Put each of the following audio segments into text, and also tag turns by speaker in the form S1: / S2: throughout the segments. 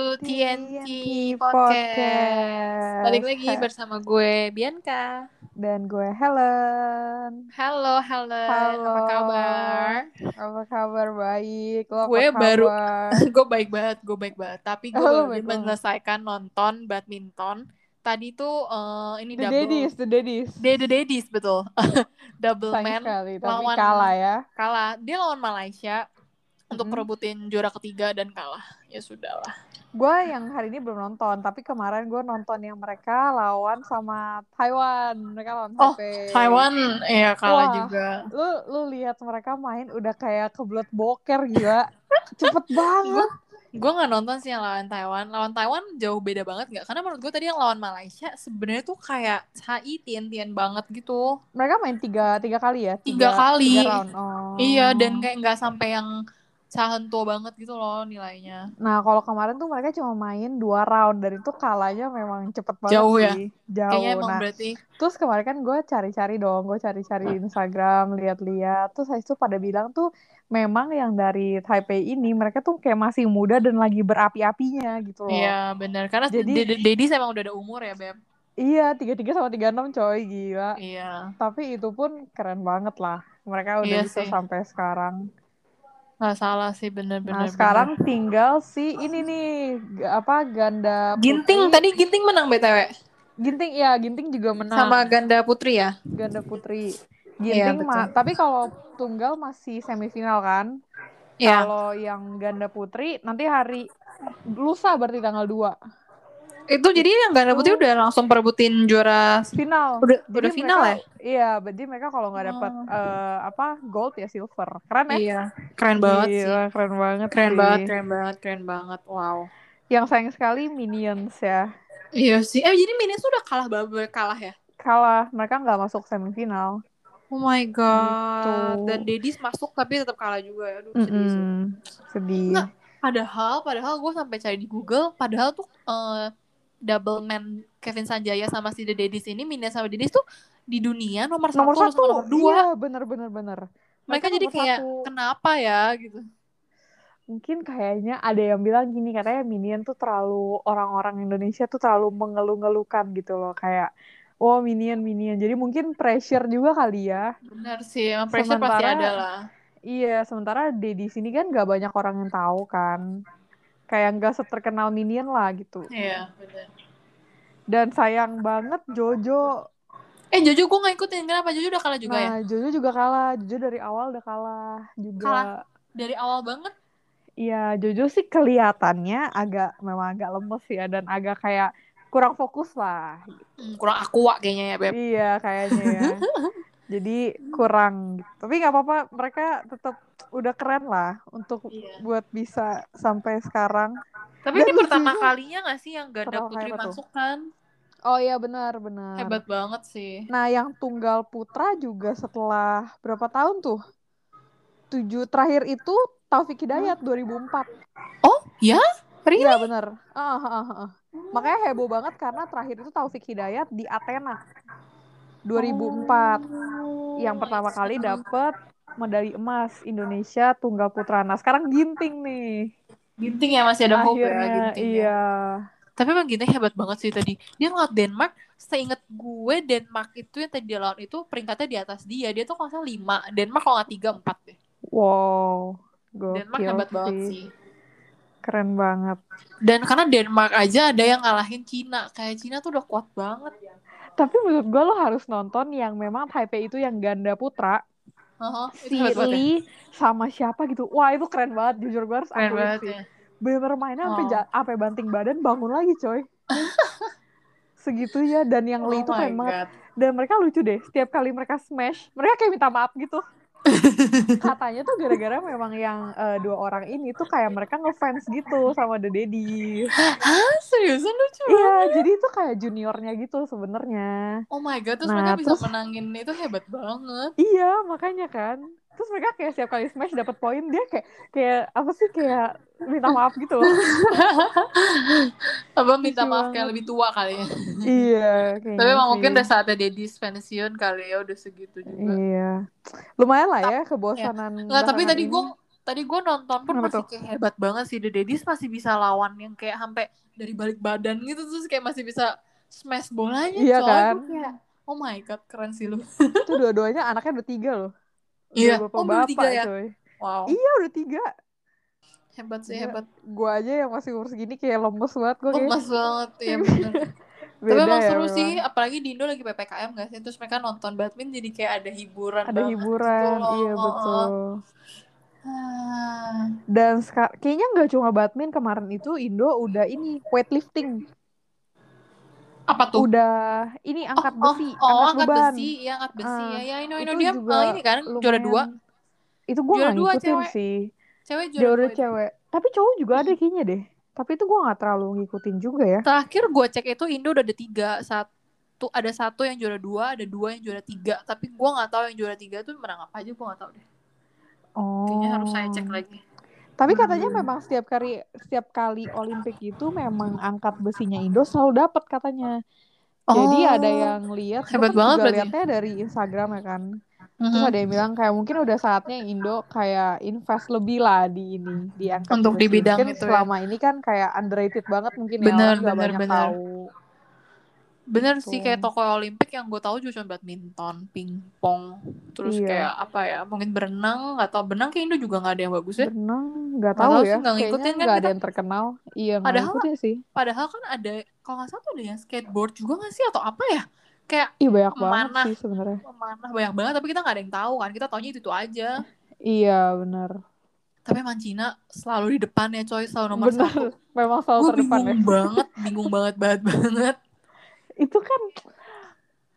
S1: BNT
S2: BNT
S1: Podcast.
S2: Podcast.
S1: Balik lagi bersama gue Bianca.
S2: Dan gue Helen.
S1: Halo, halo.
S2: Halo.
S1: Apa kabar?
S2: Apa kabar baik? Lo apa
S1: Gue baru-
S2: kabar?
S1: gue baik banget, gue baik banget. Tapi gue
S2: Oh,
S1: baru
S2: baik banget.
S1: menyelesaikan nonton badminton. Tadi tuh eh, ini
S2: The
S1: double
S2: Daddies, The Daddies.
S1: Dia The Daddies betul. double
S2: Sayang
S1: man
S2: sekali, tapi
S1: lawan-
S2: kalah ya.
S1: kalah. Dia lawan Malaysia untuk
S2: Mhm.
S1: merebutin juara ketiga dan kalah. Ya sudahlah.
S2: Gue yang hari ini belum nonton, tapi kemarin gue nonton yang mereka lawan sama Taiwan. Mereka lawan
S1: Oh,
S2: Taipei.
S1: Taiwan ya kalah
S2: Wah.
S1: juga.
S2: Lu, lu lihat mereka main udah kayak kebelet boker gila. Cepet
S1: Iya.
S2: banget.
S1: Gue nggak nonton sih yang lawan Taiwan. Lawan Taiwan jauh beda banget nggak? Karena menurut gue tadi yang lawan Malaysia sebenarnya tuh kayak CHI tian-tian banget gitu.
S2: Mereka main tiga, tiga kali ya?
S1: Tiga kali.
S2: Tiga round. Oh.
S1: Iya, dan kayak nggak sampai yang tua banget gitu loh nilainya.
S2: Nah, kalau kemarin tuh mereka cuma main dua round dan itu kalahnya memang cepet banget
S1: Jauh ya?
S2: sih. Jauh.
S1: Kayaknya emang
S2: nah,
S1: berarti
S2: terus kemarin kan gue cari-cari dong, gue cari-cari
S1: Nah.
S2: di Instagram, lihat-lihat. Terus habis itu pada bilang tuh memang yang dari Taipei ini mereka tuh kayak masih muda dan lagi berapi-apinya gitu loh.
S1: Iya benar karena
S2: Jadi-
S1: Dedi Dedi emang udah ada umur ya beb.
S2: Iya, 33 sama 36 coy, gila.
S1: Iya.
S2: Tapi itu pun keren banget lah. Mereka udah
S1: Iya
S2: bisa
S1: sih.
S2: sampai sekarang.
S1: Nggak salah sih
S2: Nah,
S1: bener-bener.
S2: sekarang tinggal si ini nih, g- apa ganda
S1: Ginting
S2: putri.
S1: tadi Ginting menang btw
S2: Ginting ya, Ginting juga menang.
S1: sama ganda putri ya.
S2: ganda putri.
S1: Iya,
S2: Ginting ma- tapi kalau tunggal masih semifinal kan?
S1: Iya.
S2: Kalau yang ganda putri nanti hari lusa berarti tanggal 2
S1: Itu jadi yang ganda putri udah langsung perebutin juara.
S2: final.
S1: Oh. Udah
S2: Jadi
S1: udah final
S2: mereka,
S1: ya?
S2: Iya, jadi mereka kalau nggak dapet
S1: Oh.
S2: eh, apa gold ya silver. Keren ya?
S1: Iya. Keren banget sih.
S2: Gila, keren banget.
S1: Keren
S2: sih.
S1: banget, keren banget, keren banget. Wow.
S2: Yang sayang sekali Minions ya.
S1: Iya sih. Eh jadi Minions udah kalah babak kalah ya?
S2: Kalah, mereka nggak masuk semifinal.
S1: Oh my god.
S2: Gitu.
S1: Dan Dedis masuk tapi tetap kalah juga ya. Aduh, sedih sih.
S2: Mm-mm. Sedih.
S1: Nggak. Padahal, padahal gue sampai cari di Google, padahal tuh eh, double man Kevin Sanjaya sama si The Daddies ini, Mina sama Dedis tuh di dunia nomor,
S2: Nomor satu,
S1: satu, sama nomor dua.
S2: iya, bener bener bener.
S1: Mereka jadi
S2: nomor
S1: kayak
S2: satu.
S1: kenapa ya gitu.
S2: mungkin kayaknya ada yang bilang gini katanya Minion tuh terlalu orang-orang Indonesia tuh terlalu mengeluh-ngeluhkan gitu loh kayak oh Minion Minion jadi mungkin pressure juga kali ya
S1: Benar sih, emang pressure pasti
S2: Sementara-
S1: ada lah.
S2: iya sementara di di sini kan gak banyak orang yang tahu kan kayak nggak seterkenal Minion lah gitu
S1: Iya, benar.
S2: dan sayang banget Jojo
S1: Eh Jojo gue gak ikutin, kenapa Jojo udah kalah juga ya?
S2: nah Jojo juga kalah Jojo dari awal udah kalah juga
S1: Kalah. Dari awal banget.
S2: Iya, Jojo sih kelihatannya agak memang agak lemes ya dan agak kayak kurang fokus lah
S1: Hmm, kurang aqua kayaknya ya, Beb.
S2: Iya kayaknya ya. Jadi kurang. gitu. Tapi nggak apa-apa, mereka tetap udah keren lah untuk
S1: Iya.
S2: buat bisa sampai sekarang.
S1: Tapi
S2: Dan
S1: ini pertama
S2: lucunya-
S1: kalinya gak sih yang ganda
S2: Pertama kali
S1: putri
S2: apa tuh?
S1: masuk kan?
S2: Oh iya benar benar.
S1: Hebat banget sih.
S2: Nah yang tunggal putra juga setelah berapa tahun tuh? Tujuh terakhir itu Taufik Hidayat 2004. Oh,
S1: Really?
S2: Iya benar. Ah, ah, ah, ah. Makanya heboh banget karena terakhir itu Taufik Hidayat di Athena 2004. yang
S1: Oh,
S2: pertama kali
S1: iya.
S2: dapet medali emas Indonesia tunggal putra. Nah sekarang ginting nih.
S1: Ginting ya masih ada hope ya
S2: Akhirnya
S1: Ginting ya.
S2: iya.
S1: Tapi emang Ginting hebat banget sih tadi. Dia ngelawan Denmark, seinget gue Denmark itu yang tadi dia lawan itu peringkatnya di atas dia. Dia tuh kalau nggak salah 5, Denmark kalau nggak 3, 4 deh.
S2: Wow. Gokil
S1: Denmark hebat banget sih.
S2: Keren banget.
S1: Dan karena Denmark aja ada yang ngalahin Cina. Kayak Cina tuh udah kuat banget.
S2: Tapi menurut gue lo harus nonton yang memang Taipei itu yang ganda putra.
S1: Heeh, itu
S2: Si
S1: hebat banget ya.
S2: Lee sama siapa gitu. Wah itu keren banget. Jujur gue harus
S1: Keren
S2: akuin
S1: banget
S2: sih.
S1: ya.
S2: Bener-bener mainnya sampai
S1: Oh.
S2: ja- sampai banting badan bangun lagi coy. Segitunya. Dan yang Lee itu
S1: Oh
S2: keren
S1: my
S2: banget.
S1: God.
S2: dan mereka lucu deh setiap kali mereka smash mereka kayak minta maaf gitu katanya tuh gara-gara memang yang eh, dua orang ini tuh kayak mereka ngefans gitu sama The Daddy
S1: Hah, Ah, seriusan lucu banget.
S2: iya jadi itu kayak juniornya gitu sebenarnya
S1: Oh my god, terus
S2: Nah,
S1: mereka bisa
S2: terus-
S1: menangin itu hebat banget.
S2: iya makanya kan terus mereka kayak setiap kali smash dapat poin dia kayak kayak apa sih kayak minta maaf gitu
S1: Apa minta
S2: Lucu
S1: maaf kayak lebih tua kali ya.
S2: iya kayaknya
S1: Tapi emang
S2: sih.
S1: mungkin udah saatnya Dedis pensiun kali ya udah segitu juga.
S2: iya lumayan lah ya kebosanan
S1: Nggak, tapi
S2: belakangan
S1: tadi
S2: ini.
S1: gue tadi gue nonton pun
S2: Kenapa
S1: masih
S2: tuh?
S1: kayak hebat banget sih The Daddies masih bisa lawan yang kayak sampai dari balik badan gitu terus kayak masih bisa smash bolanya
S2: Iya
S1: coy. Gua
S2: kan?
S1: kayak, oh my god keren sih lu
S2: Itu dua-duanya anaknya udah tiga loh. Udah
S1: Iya. Oh, baru
S2: Bapak-bapak
S1: tiga ya?
S2: coy.
S1: wow
S2: Iya udah tiga.
S1: hebat sih
S2: Iya.
S1: hebat
S2: Gue aja yang masih umur segini kayak lemes banget. Gue kayak
S1: lemas banget ya bener
S2: beda
S1: tapi emang
S2: ya
S1: seru
S2: memang.
S1: sih apalagi di Indo lagi PPKM gak sih terus mereka nonton badminton jadi kayak ada hiburan
S2: Ada
S1: banget
S2: hiburan.
S1: gitu loh.
S2: Iya betul.
S1: Ah.
S2: Dan sekar- kayaknya nggak cuma badminton kemarin itu Indo udah ini weightlifting.
S1: apa tuh
S2: Udah ini angkat
S1: Oh,
S2: besi,
S1: oh,
S2: angkat,
S1: angkat
S2: beban.
S1: besi, ya angkat besi,
S2: Ah,
S1: ya, ya, ino, ino
S2: itu
S1: dia
S2: juga
S1: eh, ini kan juara
S2: Lumayan.
S1: dua,
S2: Itu gue
S1: Juara
S2: nggak
S1: dua,
S2: ngikutin
S1: cewek.
S2: sih.
S1: cewek juara
S2: Juara
S1: dua. itu. Hmm.
S2: cewek. Tapi cowok juga ada kayaknya deh. Tapi itu gue nggak terlalu ngikutin juga ya.
S1: Terakhir gue cek itu Indo udah ada tiga, satu ada satu yang juara dua, ada dua yang juara tiga, tapi gue nggak tahu yang juara tiga tuh menang apa aja gue nggak tahu deh.
S2: Oh.
S1: Kayaknya harus saya cek lagi.
S2: Tapi katanya
S1: Hmm.
S2: memang setiap kali setiap kali Olimpik itu memang angkat besinya Indo selalu dapat katanya. Jadi
S1: Oh.
S2: ada yang lihat, gua
S1: Hebat
S2: kan
S1: banget
S2: juga
S1: berarti.
S2: lihatnya dari Instagram ya kan.
S1: Mhm.
S2: Terus ada yang bilang kayak mungkin udah saatnya Indo kayak invest lebih lah di ini, di angkat
S1: Untuk di
S2: besi.
S1: bidang
S2: Mungkin
S1: itu ya.
S2: selama ini kan kayak underrated banget mungkin ya
S1: Benar,
S2: orang juga
S1: benar,
S2: banyak
S1: benar.
S2: tahu.
S1: Bener sih
S2: Gitu.
S1: kayak toko Olimpik yang gue tahu juga cuma badminton, pingpong, terus
S2: Iya.
S1: kayak apa ya, mungkin berenang atau benang kayak Indo juga nggak ada yang bagus ya.
S2: Benang nggak
S1: Nggak
S2: tahu ya,
S1: tahu sih, nggak
S2: kayaknya
S1: ngikutin kan
S2: nggak ada
S1: kita.
S2: yang terkenal. Iya nggak
S1: Padahal-
S2: ngikutin sih.
S1: Padahal kan ada kalau nggak salah tuh ada yang skateboard juga nggak sih atau apa ya? Kayak
S2: Ih banyak banget
S1: Mana?
S2: sih sebenarnya.
S1: pemanah banyak banget tapi kita nggak ada yang tahu kan. Kita taunya itu, itu aja.
S2: Iya benar.
S1: Tapi emang Cina selalu di depan ya coy, selalu nomor
S2: Benar.
S1: satu.
S2: Memang selalu
S1: Gue
S2: terdepan ya.
S1: bingung banget, bingung banget, banget, banget.
S2: itu kan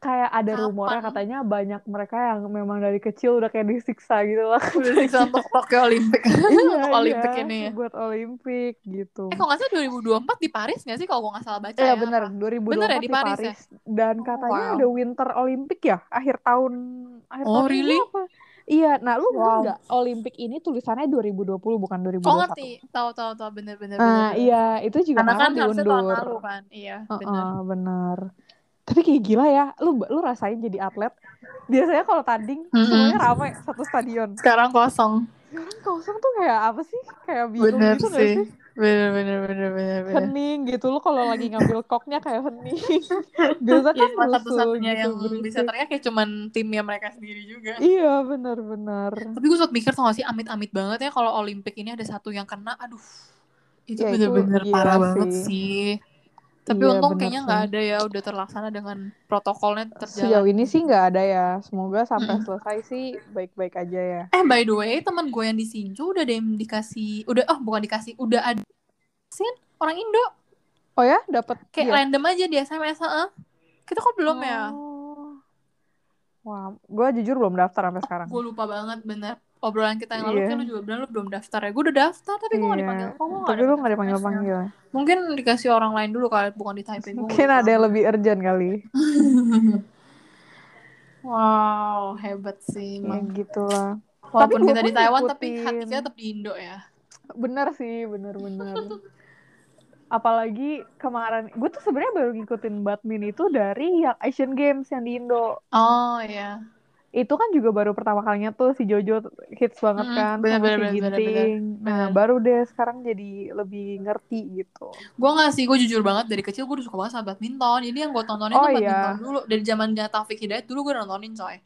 S2: kayak ada
S1: Kapan?
S2: rumornya katanya banyak mereka yang memang dari kecil udah kayak disiksa gitu lah
S1: Udah siksa untuk Tokyo Olympic.
S2: iya,
S1: Olimpik ini ya.
S2: buat Olimpik gitu
S1: Eh kalau nggak salah 2024 di Paris nggak sih kalau gue nggak salah baca
S2: Iya
S1: ya?
S2: benar 2024
S1: Bener
S2: di
S1: ya, di
S2: Paris,
S1: Paris ya?
S2: dan
S1: Oh,
S2: katanya
S1: wow.
S2: ada Winter Olympic ya akhir tahun akhir
S1: Oh,
S2: tahun ini
S1: really?
S2: apa? Iya, nah lu
S1: Wow.
S2: nggak Olimpik ini tulisannya 2020 bukan 2021.
S1: Kok ngerti? Tahu tahu tahu bener-bener.
S2: Nah, iya, itu juga
S1: Karena
S2: malah
S1: kan harusnya tahun
S2: diundur.
S1: lalu kan. Iya, bener.
S2: Heeh, benar. Tapi kayak gila ya, lu lu rasain jadi atlet. Biasanya kalau tanding
S1: Mm-mm.
S2: semuanya ramai satu stadion.
S1: Sekarang kosong.
S2: Sekarang kosong tuh kayak apa sih? Kayak bingung
S1: Bener
S2: gitu nggak
S1: Iya, sih. Bener bener bener bener bener.
S2: Hening gitu lu kalau lagi ngambil koknya kayak hening. Biasa
S1: Ya,
S2: kan
S1: cuma
S2: rusuh
S1: satu-satunya
S2: gitu,
S1: yang
S2: berisik.
S1: bisa teriak ya cuman timnya mereka sendiri juga.
S2: Iya, benar-benar.
S1: Tapi gue sempat mikir tau gak sih amit-amit banget ya kalau Olimpik ini ada satu yang kena, aduh itu
S2: Ya, itu
S1: bener-bener
S2: gila
S1: parah
S2: sih.
S1: banget sih. Tapi
S2: Iya,
S1: untung
S2: bener
S1: kayaknya
S2: sih.
S1: nggak ada ya, udah terlaksana dengan protokolnya terjalan.
S2: Sejauh ini sih nggak ada ya. Semoga sampai
S1: Mm-mm.
S2: selesai sih baik-baik aja ya.
S1: Eh by the way, teman gue yang di Sinju udah ada yang dikasih, udah oh bukan dikasih, udah ada vaksin orang Indo
S2: Oh ya, dapat
S1: kayak random aja di SMS heeh. Kita kok belum ya?
S2: Oh. Wah, gue jujur belum daftar sampai sekarang.
S1: Gue lupa banget bener obrolan kita yang lalu
S2: Oh. Iya.
S1: kayak lu juga bilang lu belum daftar ya. Gue udah daftar tapi gue gak dipanggil. Kok gue nggak
S2: Tapi lu
S1: dapet
S2: nggak dipanggil
S1: SMS-nya?
S2: panggil.
S1: Mungkin dikasih orang lain dulu kali bukan di Taipei. Gua
S2: Mungkin
S1: nggak
S2: ada yang
S1: tahu.
S2: lebih urgent kali.
S1: wow, hebat sih.
S2: Ya
S1: emang.
S2: gitulah.
S1: Walaupun
S2: gua
S1: kita di
S2: pun
S1: Taiwan tapi
S2: ngikutin.
S1: hati kita tetap di Indo ya.
S2: Bener sih, bener-bener. Apalagi kemarin, gue tuh sebenarnya baru ngikutin badminton itu dari yang Asian Games yang di Indo.
S1: Oh ya.
S2: Itu kan juga baru pertama kalinya tuh si Jojo hits banget
S1: Mm,
S2: kan
S1: bener,
S2: sama
S1: bener,
S2: si
S1: bener, bener,
S2: Ginting. Nah,
S1: bener.
S2: baru deh sekarang jadi lebih ngerti gitu.
S1: Gue nggak sih, gue jujur banget dari kecil gue udah suka banget sama badminton. Jadi yang gue tontonin
S2: Oh, iya.
S1: tuh badminton dulu dari zaman Taufik Hidayat dulu gue nontonin coy.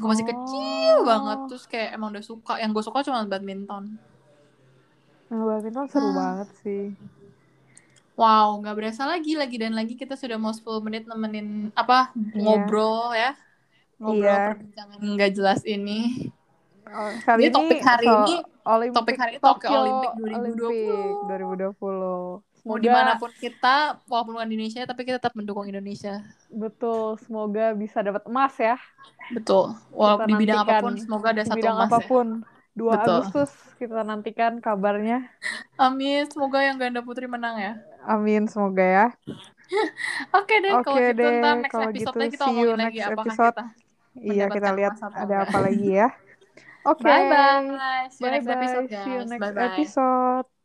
S1: Gue masih
S2: Oh.
S1: kecil banget terus kayak emang udah suka. Yang gue suka cuma badminton.
S2: Nah, badminton seru
S1: Ah.
S2: banget sih.
S1: Wow, nggak berasa lagi, lagi dan lagi kita sudah mau 10 menit nemenin apa ngobrol ya. Ngobrol
S2: Iya.
S1: perbincangan nggak jelas ini.
S2: Oh, Kali
S1: Jadi topik hari
S2: soal
S1: ini,
S2: Olimpik,
S1: topik hari ini Tokyo
S2: Olimpik
S1: Olympic 2020.
S2: 2020.
S1: Mau
S2: Semoga
S1: dimanapun kita, walaupun bukan di Indonesia, tapi kita tetap mendukung Indonesia.
S2: betul, semoga bisa dapat emas ya.
S1: Betul.
S2: Kita
S1: Walaupun di bidang
S2: nantikan
S1: apapun, semoga ada
S2: Di
S1: satu
S2: bidang
S1: emas ya.
S2: apapun. 2
S1: Betul.
S2: Agustus kita nantikan kabarnya.
S1: Amin, semoga yang ganda putri menang ya.
S2: Amin, semoga ya.
S1: Oke deh, kalau
S2: Oke
S1: gitu
S2: deh,
S1: ntar next
S2: kalau
S1: episode
S2: gitu,
S1: kita
S2: see you
S1: omongin lagi
S2: next
S1: apakah
S2: episode.
S1: kita.
S2: Iya, kita
S1: mendapatkan
S2: lihat
S1: emas apa
S2: ada
S1: enggak.
S2: apa lagi ya. Oke.
S1: Bye-bye. See you next
S2: Bye-bye.
S1: episode,
S2: See you
S1: guys.
S2: next
S1: Bye-bye.
S2: episode.